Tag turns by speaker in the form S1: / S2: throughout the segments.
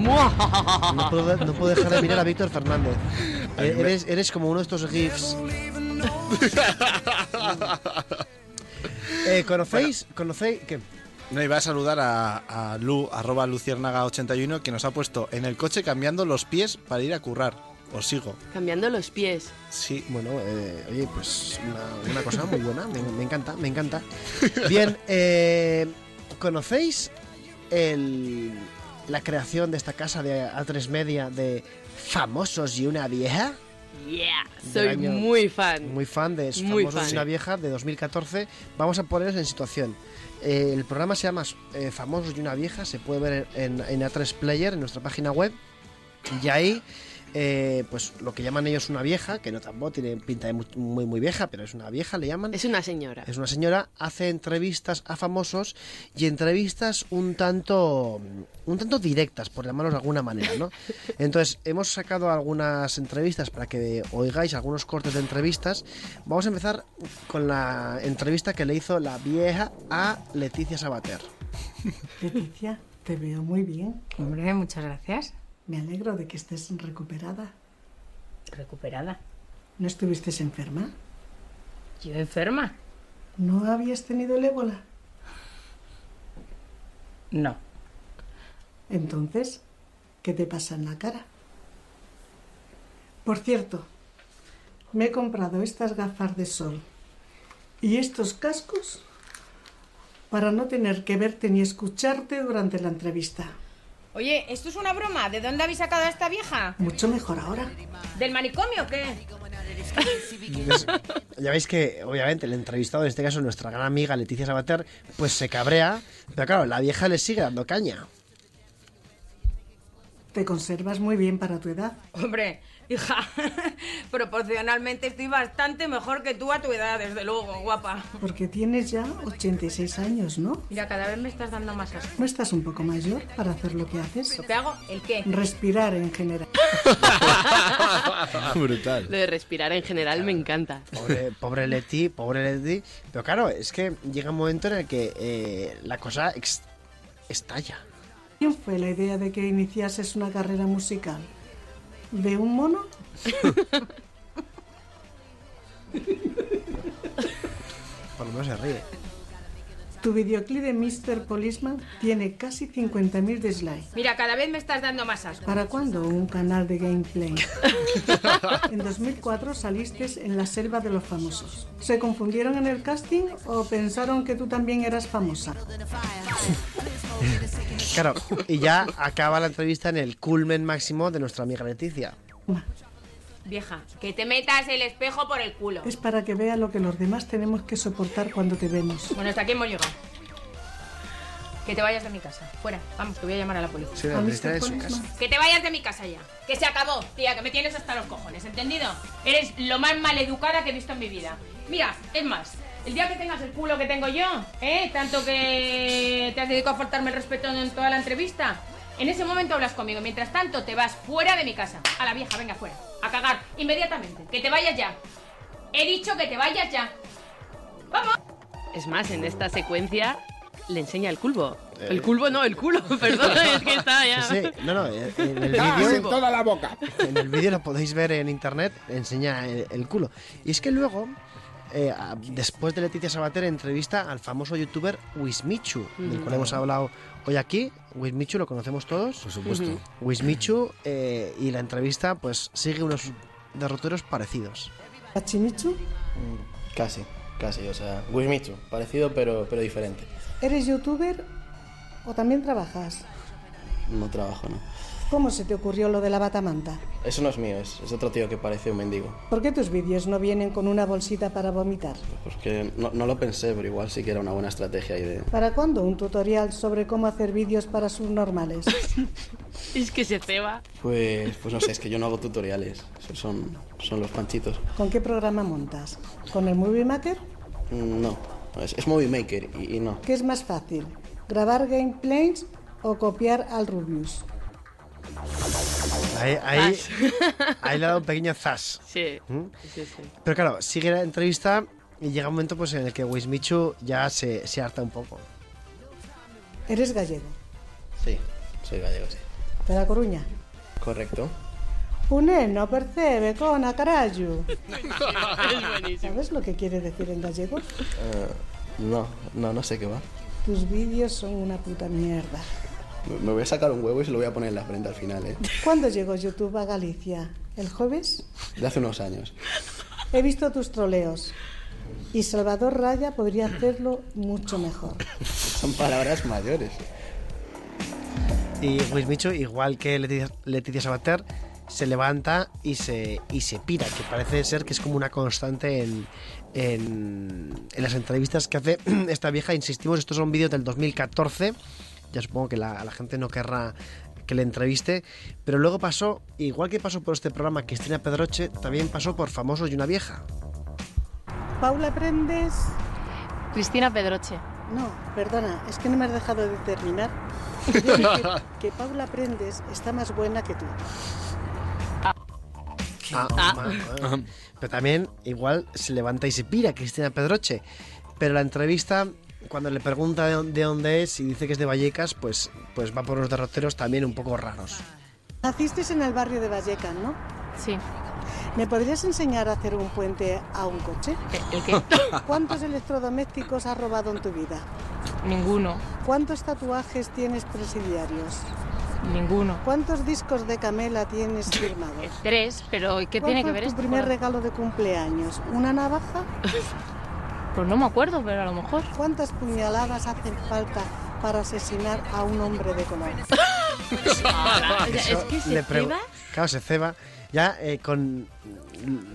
S1: No puedo, no puedo dejar de mirar a Víctor Fernández. Eh,
S2: A mí me-
S1: Eres, eres como uno de estos GIFs. Eh, ¿Conocéis? ¿Conocéis? ¿Qué?
S2: No, iba a saludar a, a Lu, arroba luciernaga81, que nos ha puesto en el coche cambiando los pies para ir a currar. Os sigo.
S3: Cambiando los pies.
S2: Sí.
S1: Bueno, eh, oye, pues una, una cosa muy buena. Me, me encanta, me encanta. Bien, eh, ¿conocéis el- la creación de esta casa de A3 Media de Famosos y una vieja?
S3: Yeah. Soy
S1: año-
S3: muy fan.
S1: Muy fan de
S3: Muy
S1: Famosos
S3: fan.
S1: y una vieja de 2014. Vamos a poneros en situación. Eh, el programa se llama eh, Famosos y una vieja. Se puede ver en, en A3 Player, en nuestra página web. Y ahí, eh, pues lo que llaman ellos una vieja, que no tampoco tiene pinta de mu- muy, muy vieja, pero es una vieja, le llaman.
S3: Es una señora.
S1: Es una señora, hace entrevistas a famosos y entrevistas un tanto un tanto directas, por llamarlos de alguna manera, ¿no? Entonces, hemos sacado algunas entrevistas para que oigáis algunos cortes de entrevistas. Vamos a empezar con la entrevista que le hizo la vieja a Leticia Sabater.
S4: Leticia, te veo muy bien.
S5: Hombre, muchas gracias.
S4: Me alegro de que estés recuperada.
S5: Recuperada.
S4: ¿No estuviste enferma?
S5: Yo enferma.
S4: ¿No habías tenido el ébola?
S5: No.
S4: Entonces, ¿qué te pasa en la cara? Por cierto, me he comprado estas gafas de sol y estos cascos para no tener que verte ni escucharte durante la entrevista.
S6: Oye, ¿esto es una broma? ¿De dónde habéis sacado a esta vieja?
S4: Mucho mejor ahora.
S6: ¿Del manicomio o qué?
S1: Entonces, ya veis que, obviamente, el entrevistado, en este caso nuestra gran amiga Leticia Sabater, pues se cabrea, pero claro, la vieja le sigue dando caña.
S4: Te conservas muy bien para tu edad.
S6: Hombre, hija, proporcionalmente estoy bastante mejor que tú a tu edad, desde luego, guapa.
S4: Porque tienes ya 86 años, ¿no?
S6: Mira, cada vez me estás dando más asco.
S4: ¿No estás un poco mayor para hacer lo que haces?
S6: ¿Lo que hago? ¿El qué?
S4: Respirar en general.
S2: Brutal.
S3: Lo de respirar en general me encanta.
S1: Pobre, pobre Leti, pobre Leti. Pero claro, es que llega un momento en el que eh, la cosa ex- estalla.
S4: ¿Quién fue la idea de que iniciases una carrera musical? ¿De un mono?
S1: Por lo menos se ríe.
S4: Tu videoclip de Mr. Policeman tiene casi 50.000 dislikes.
S6: Mira, cada vez me estás dando más asco.
S4: ¿Para cuándo un canal de gameplay? En 2004 saliste en la selva de los famosos. ¿Se confundieron en el casting o pensaron que tú también eras famosa?
S1: Claro, y ya acaba la entrevista en el culmen máximo de nuestra amiga Leticia.
S6: Vieja, que te metas el espejo por el culo.
S4: Es para que vea lo que los demás tenemos que soportar cuando te vemos.
S6: Bueno, hasta aquí hemos llegado. Que te vayas de mi casa. Fuera, vamos, te voy a llamar a la policía.
S1: Sí, la
S4: ¿A
S1: entrevista
S4: Mr.
S1: de su casa.
S4: Policeman?
S6: Que te vayas de mi casa ya. Que se acabó, tía, que me tienes hasta los cojones, ¿entendido? Eres lo más maleducada que he visto en mi vida. Mira, es más, el día que tengas el culo que tengo yo, ¿eh? Tanto que te has dedicado a faltarme el respeto en toda la entrevista. En ese momento hablas conmigo. Mientras tanto, te vas fuera de mi casa. A la vieja, venga, fuera. A cagar, inmediatamente. Que te vayas ya. He dicho que te vayas ya.
S3: Es más, en esta secuencia le enseña el culbo. El culbo no, el culo, perdón, es que está ya.
S1: Eh. Sí, sí, no, no, eh, en el
S7: ¡Ah,
S3: pues
S1: vídeo...
S7: en toda la boca!
S1: en el vídeo lo podéis ver en internet, enseña el, el culo. Y es que luego, eh, a- después de Leticia Sabater, entrevista al famoso youtuber Wismichu, del cual hemos hablado hoy aquí. Wismichu lo conocemos todos. Por supuesto. Wismichu eh, y la entrevista pues sigue unos derroteros parecidos.
S4: Pachimichu,
S8: Casi, casi, o sea, Wismichu, parecido pero, pero diferente.
S4: ¿eres youtuber o también trabajas?
S8: No trabajo, ¿no?
S4: ¿Cómo se te ocurrió lo de la batamanta?
S8: Eso no es mío, es, es otro tío que parece un mendigo.
S4: ¿Por qué tus vídeos no vienen con una bolsita para vomitar?
S8: Porque Pues no, no lo pensé, pero igual sí que era una buena estrategia ahí de...
S4: ¿Para cuándo un tutorial sobre cómo hacer vídeos para subnormales?
S3: Es que se ceba.
S8: Pues, pues no sé, es que yo no hago tutoriales, eso son, son los panchitos.
S4: ¿Con qué programa montas? ¿Con el Movie Maker?
S8: Mm, No, es, es Movie Maker y, y no.
S4: ¿Qué es más fácil? ¿Grabar gameplays o copiar al Rubius?
S1: Ahí, ahí, ahí le ha dado un pequeño zas.
S3: Sí.
S1: ¿Mm?
S3: sí, sí.
S1: Pero claro, sigue la entrevista y llega un momento pues en el que Wismichu ya se, se harta un poco.
S4: Eres gallego.
S8: Sí, soy gallego, sí.
S4: de La Coruña.
S8: Correcto.
S4: Un no percebe con acarallo.
S3: Es buenísimo.
S4: ¿Sabes lo que quiere decir en gallego?
S8: Eh, no, no, no sé qué va.
S4: Tus vídeos son una puta mierda.
S8: Me- Me voy a sacar un huevo y se lo voy a poner en la frente al final, ¿eh?
S4: ¿Cuándo llegó YouTube a Galicia? ¿El jueves?
S8: De hace unos años.
S4: He visto tus troleos. Y Salvador Raya podría hacerlo mucho mejor.
S8: Son palabras mayores.
S1: Y Wismichu, igual que Leticia, Leticia Sabater, se levanta y se, y se pira, que parece ser que es como una constante en, en, en las entrevistas que hace esta vieja. Insistimos, estos son vídeos del 2014. Ya supongo que la, la gente no querrá que le entreviste. Pero luego pasó, igual que pasó por este programa Cristina Pedroche, también pasó por Famosos y una vieja.
S4: Paula Prendes.
S7: Cristina Pedroche.
S4: No, perdona, es que no me has dejado de terminar. Dije que, que Paula Prendes está más buena que tú.
S1: Ah, ma- Pero también igual se levanta y se pira Cristina Pedroche. Pero la entrevista, cuando le pregunta de, dó- de dónde es y dice que es de Vallecas, pues, pues va por unos derroteros también un poco raros.
S4: Naciste en el barrio de Vallecas, ¿no?
S7: Sí.
S4: ¿Me podrías enseñar a hacer un puente a un coche?
S7: ¿El qué?
S4: ¿Cuántos electrodomésticos has robado en tu vida?
S7: Ninguno.
S4: ¿Cuántos tatuajes tienes presidiarios?
S7: Ninguno.
S4: ¿Cuántos discos de Camela tienes firmados?
S7: Tres, pero ¿qué
S4: ¿Cuál
S7: tiene que
S4: fue
S7: ver
S4: tu
S7: esto?
S4: primer regalo de cumpleaños? ¿Una navaja?
S7: Pues no me acuerdo, pero a lo mejor.
S4: ¿Cuántas puñaladas hacen falta para asesinar a un hombre de color?
S7: O sea, es que se
S1: Le pregu-
S7: ceba.
S1: Claro, se ceba. Ya eh, con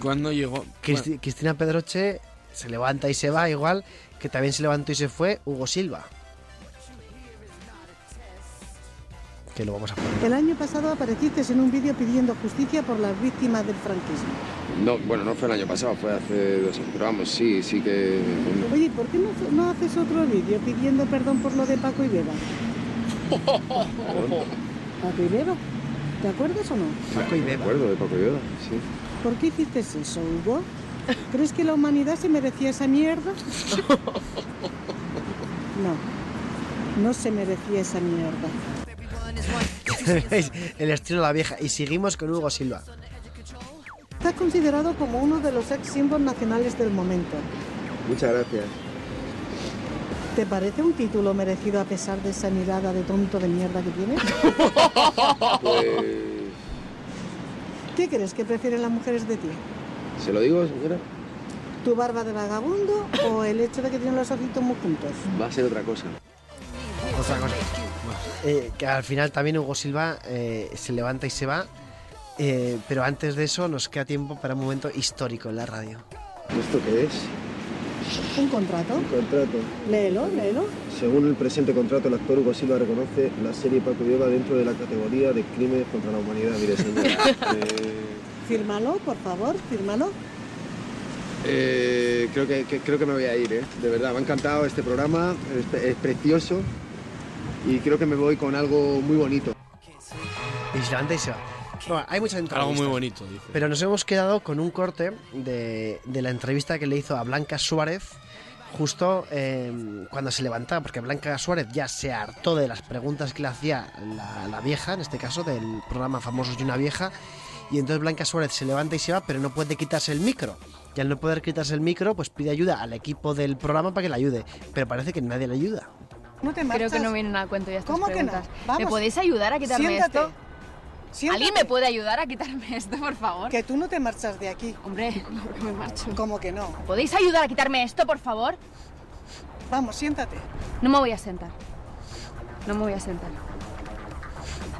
S9: Cuando llegó.
S1: Cristi- Cristina Pedroche se levanta y se va, igual que también se levantó y se fue Hugo Silva. Que lo vamos a poner.
S4: El año pasado apareciste en un vídeo pidiendo justicia por las víctimas del franquismo.
S10: No, bueno, no fue el año pasado, fue hace dos años, pero vamos, sí, sí que...
S4: Oye, ¿y ¿por qué no, no haces otro vídeo pidiendo perdón por lo de Paco y Beba? Paco y Beba, ¿te acuerdas o no?
S1: Paco y
S10: Me
S1: Beba.
S10: acuerdo de Paco Yoda, sí.
S4: ¿Por qué hiciste eso, Hugo? ¿Crees que la humanidad se merecía esa mierda? No, no se merecía esa mierda.
S1: ¿Veis? El estilo de la vieja. Y seguimos con Hugo Silva.
S4: Está considerado como uno de los sex símbolos nacionales del momento.
S10: Muchas gracias.
S4: ¿Te parece un título merecido a pesar de esa mirada de tonto de mierda que tienes?
S10: Pues...
S4: ¿Qué crees que prefieren las mujeres de ti?
S10: ¿Se lo digo, señora?
S4: ¿Tu barba de vagabundo o el hecho de que tienen los ojitos muy juntos?
S10: Va a ser otra cosa.
S1: Otra cosa. Eh, que al final también Hugo Silva eh, se levanta y se va. eh, pero antes de eso nos queda tiempo para un momento histórico en la radio.
S10: ¿Esto qué es?
S4: ¿Un contrato?
S10: Un contrato.
S4: Léelo, léelo.
S10: Según el presente contrato, el actor Hugo Silva reconoce la serie Paco Yoda dentro de la categoría de crímenes contra la humanidad. Mire, señora. eh,
S4: Fírmalo, por favor, fírmalo.
S10: Eh, creo, que, que- creo que me voy a ir, ¿eh? de verdad. Me ha encantado este programa, es, pre- es precioso y creo que me voy con algo muy bonito.
S1: Y se levanta y se va. Bueno, hay muchas
S9: Algo muy
S1: entrevistas.
S9: bonito, dice.
S1: Pero nos hemos quedado con un corte de, de la entrevista que le hizo a Blanca Suárez justo eh, cuando se levantaba, porque Blanca Suárez ya se hartó de las preguntas que le hacía la, la vieja, en este caso del programa Famosos y una vieja, y entonces Blanca Suárez se levanta y se va, pero no puede quitarse el micro. Y al no poder quitarse el micro, pues pide ayuda al equipo del programa para que le ayude, pero parece que nadie le ayuda.
S4: No te
S7: Creo
S4: marchas.
S7: que no vienen a cuento ya estas
S4: ¿Cómo que no?
S7: preguntas.
S4: Vamos.
S7: ¿Me podéis ayudar a quitarme
S4: Siéntate.
S7: esto?
S4: Siéntate,
S7: ¿Alguien me puede ayudar a quitarme esto, por favor?
S4: Que tú no te marchas de aquí.
S7: Hombre, no, que me marcho.
S4: Como que no.
S7: ¿Podéis ayudar a quitarme esto, por favor?
S4: Vamos, siéntate.
S7: No me voy a sentar. No me voy a sentar.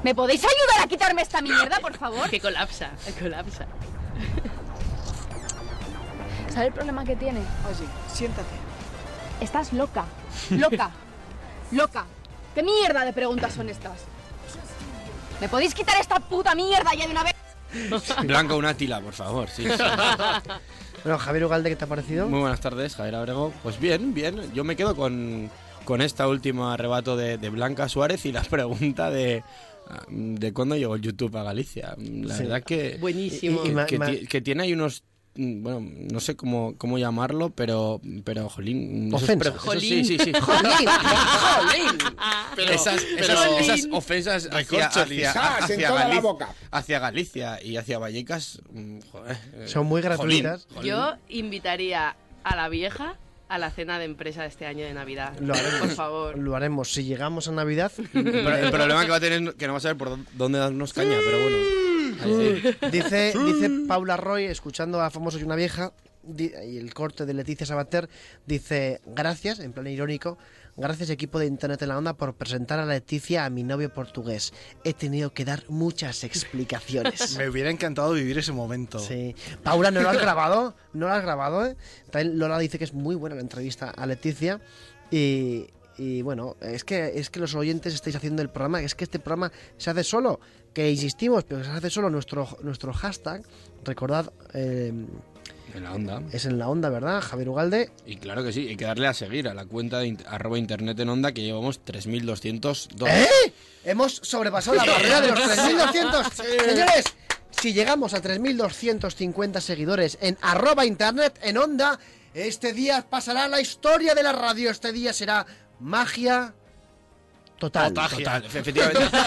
S7: ¿Me podéis ayudar a quitarme esta mierda, por favor?
S3: Que colapsa, colapsa.
S7: ¿Sabes el problema que tiene?
S4: Oye, siéntate.
S7: Estás loca. Loca. loca. ¿Qué mierda de preguntas son estas? ¿Me podéis quitar esta puta mierda ya de una vez?
S9: Blanca Unátila, por favor. sí, sí.
S1: Bueno, Javier Ugalde, ¿qué te ha parecido?
S9: Muy buenas tardes, Javier Abrego. Pues bien, bien. Yo me quedo con, con este último arrebato de, de Blanca Suárez y la pregunta de, de cuándo llegó el YouTube a Galicia. La
S1: Sí.
S9: verdad que.
S3: Buenísimo.
S9: que-
S1: Ma-
S9: que
S1: ma-
S9: ti- que tiene ahí unos mm, bueno, no sé cómo, cómo llamarlo, pero, pero jolín, esos
S1: Ofensa.
S9: preju- esos- sí, sí, sí. Pero esas, pero esas ofensas hacia,
S2: Recorcholis.
S9: hacia,
S2: Sas en
S9: hacia
S2: toda la
S9: Galiz-
S2: boca.
S9: hacia Galicia y hacia Vallecas mm, joder, eh,
S1: Son muy
S9: jolín,
S1: gratuitas.
S9: jolín.
S3: Yo invitaría a la vieja a la cena de empresa de este año de Navidad.
S1: Lo haremos.
S3: Por favor.
S1: Lo haremos. Si llegamos a Navidad.
S9: Pero el problema que va a tener que no va a saber por dó- dónde darnos caña, pero bueno. Ahí sí.
S1: Dice, dice Paula Roy, escuchando a Famosos y una vieja, di- y el corte de Leticia Sabater, dice, gracias, en plan irónico, gracias equipo de Internet en la Onda por presentar a Leticia a mi novio portugués. He tenido que dar muchas explicaciones.
S2: Me hubiera encantado vivir ese momento.
S1: Sí. Paula, ¿no lo has grabado? ¿No lo has grabado? eh? También Lola dice que es muy buena la entrevista a Leticia y... y bueno, es que, es que los oyentes estáis haciendo el programa, es que este programa se hace solo, que insistimos, pero se hace solo nuestro, nuestro hashtag. Recordad, eh,
S9: En la onda.
S1: es en la onda, ¿verdad? Javier Ugalde.
S9: Y claro que sí, hay que darle a seguir a la cuenta de int- arroba internet en onda que llevamos 3.202.
S1: ¿Eh? Hemos sobrepasado la barrera de los 3.200. Señores, si llegamos a 3.250 seguidores en arroba internet en onda, este día pasará a la historia de la radio. Este día será magia total.
S9: Total, efectivamente.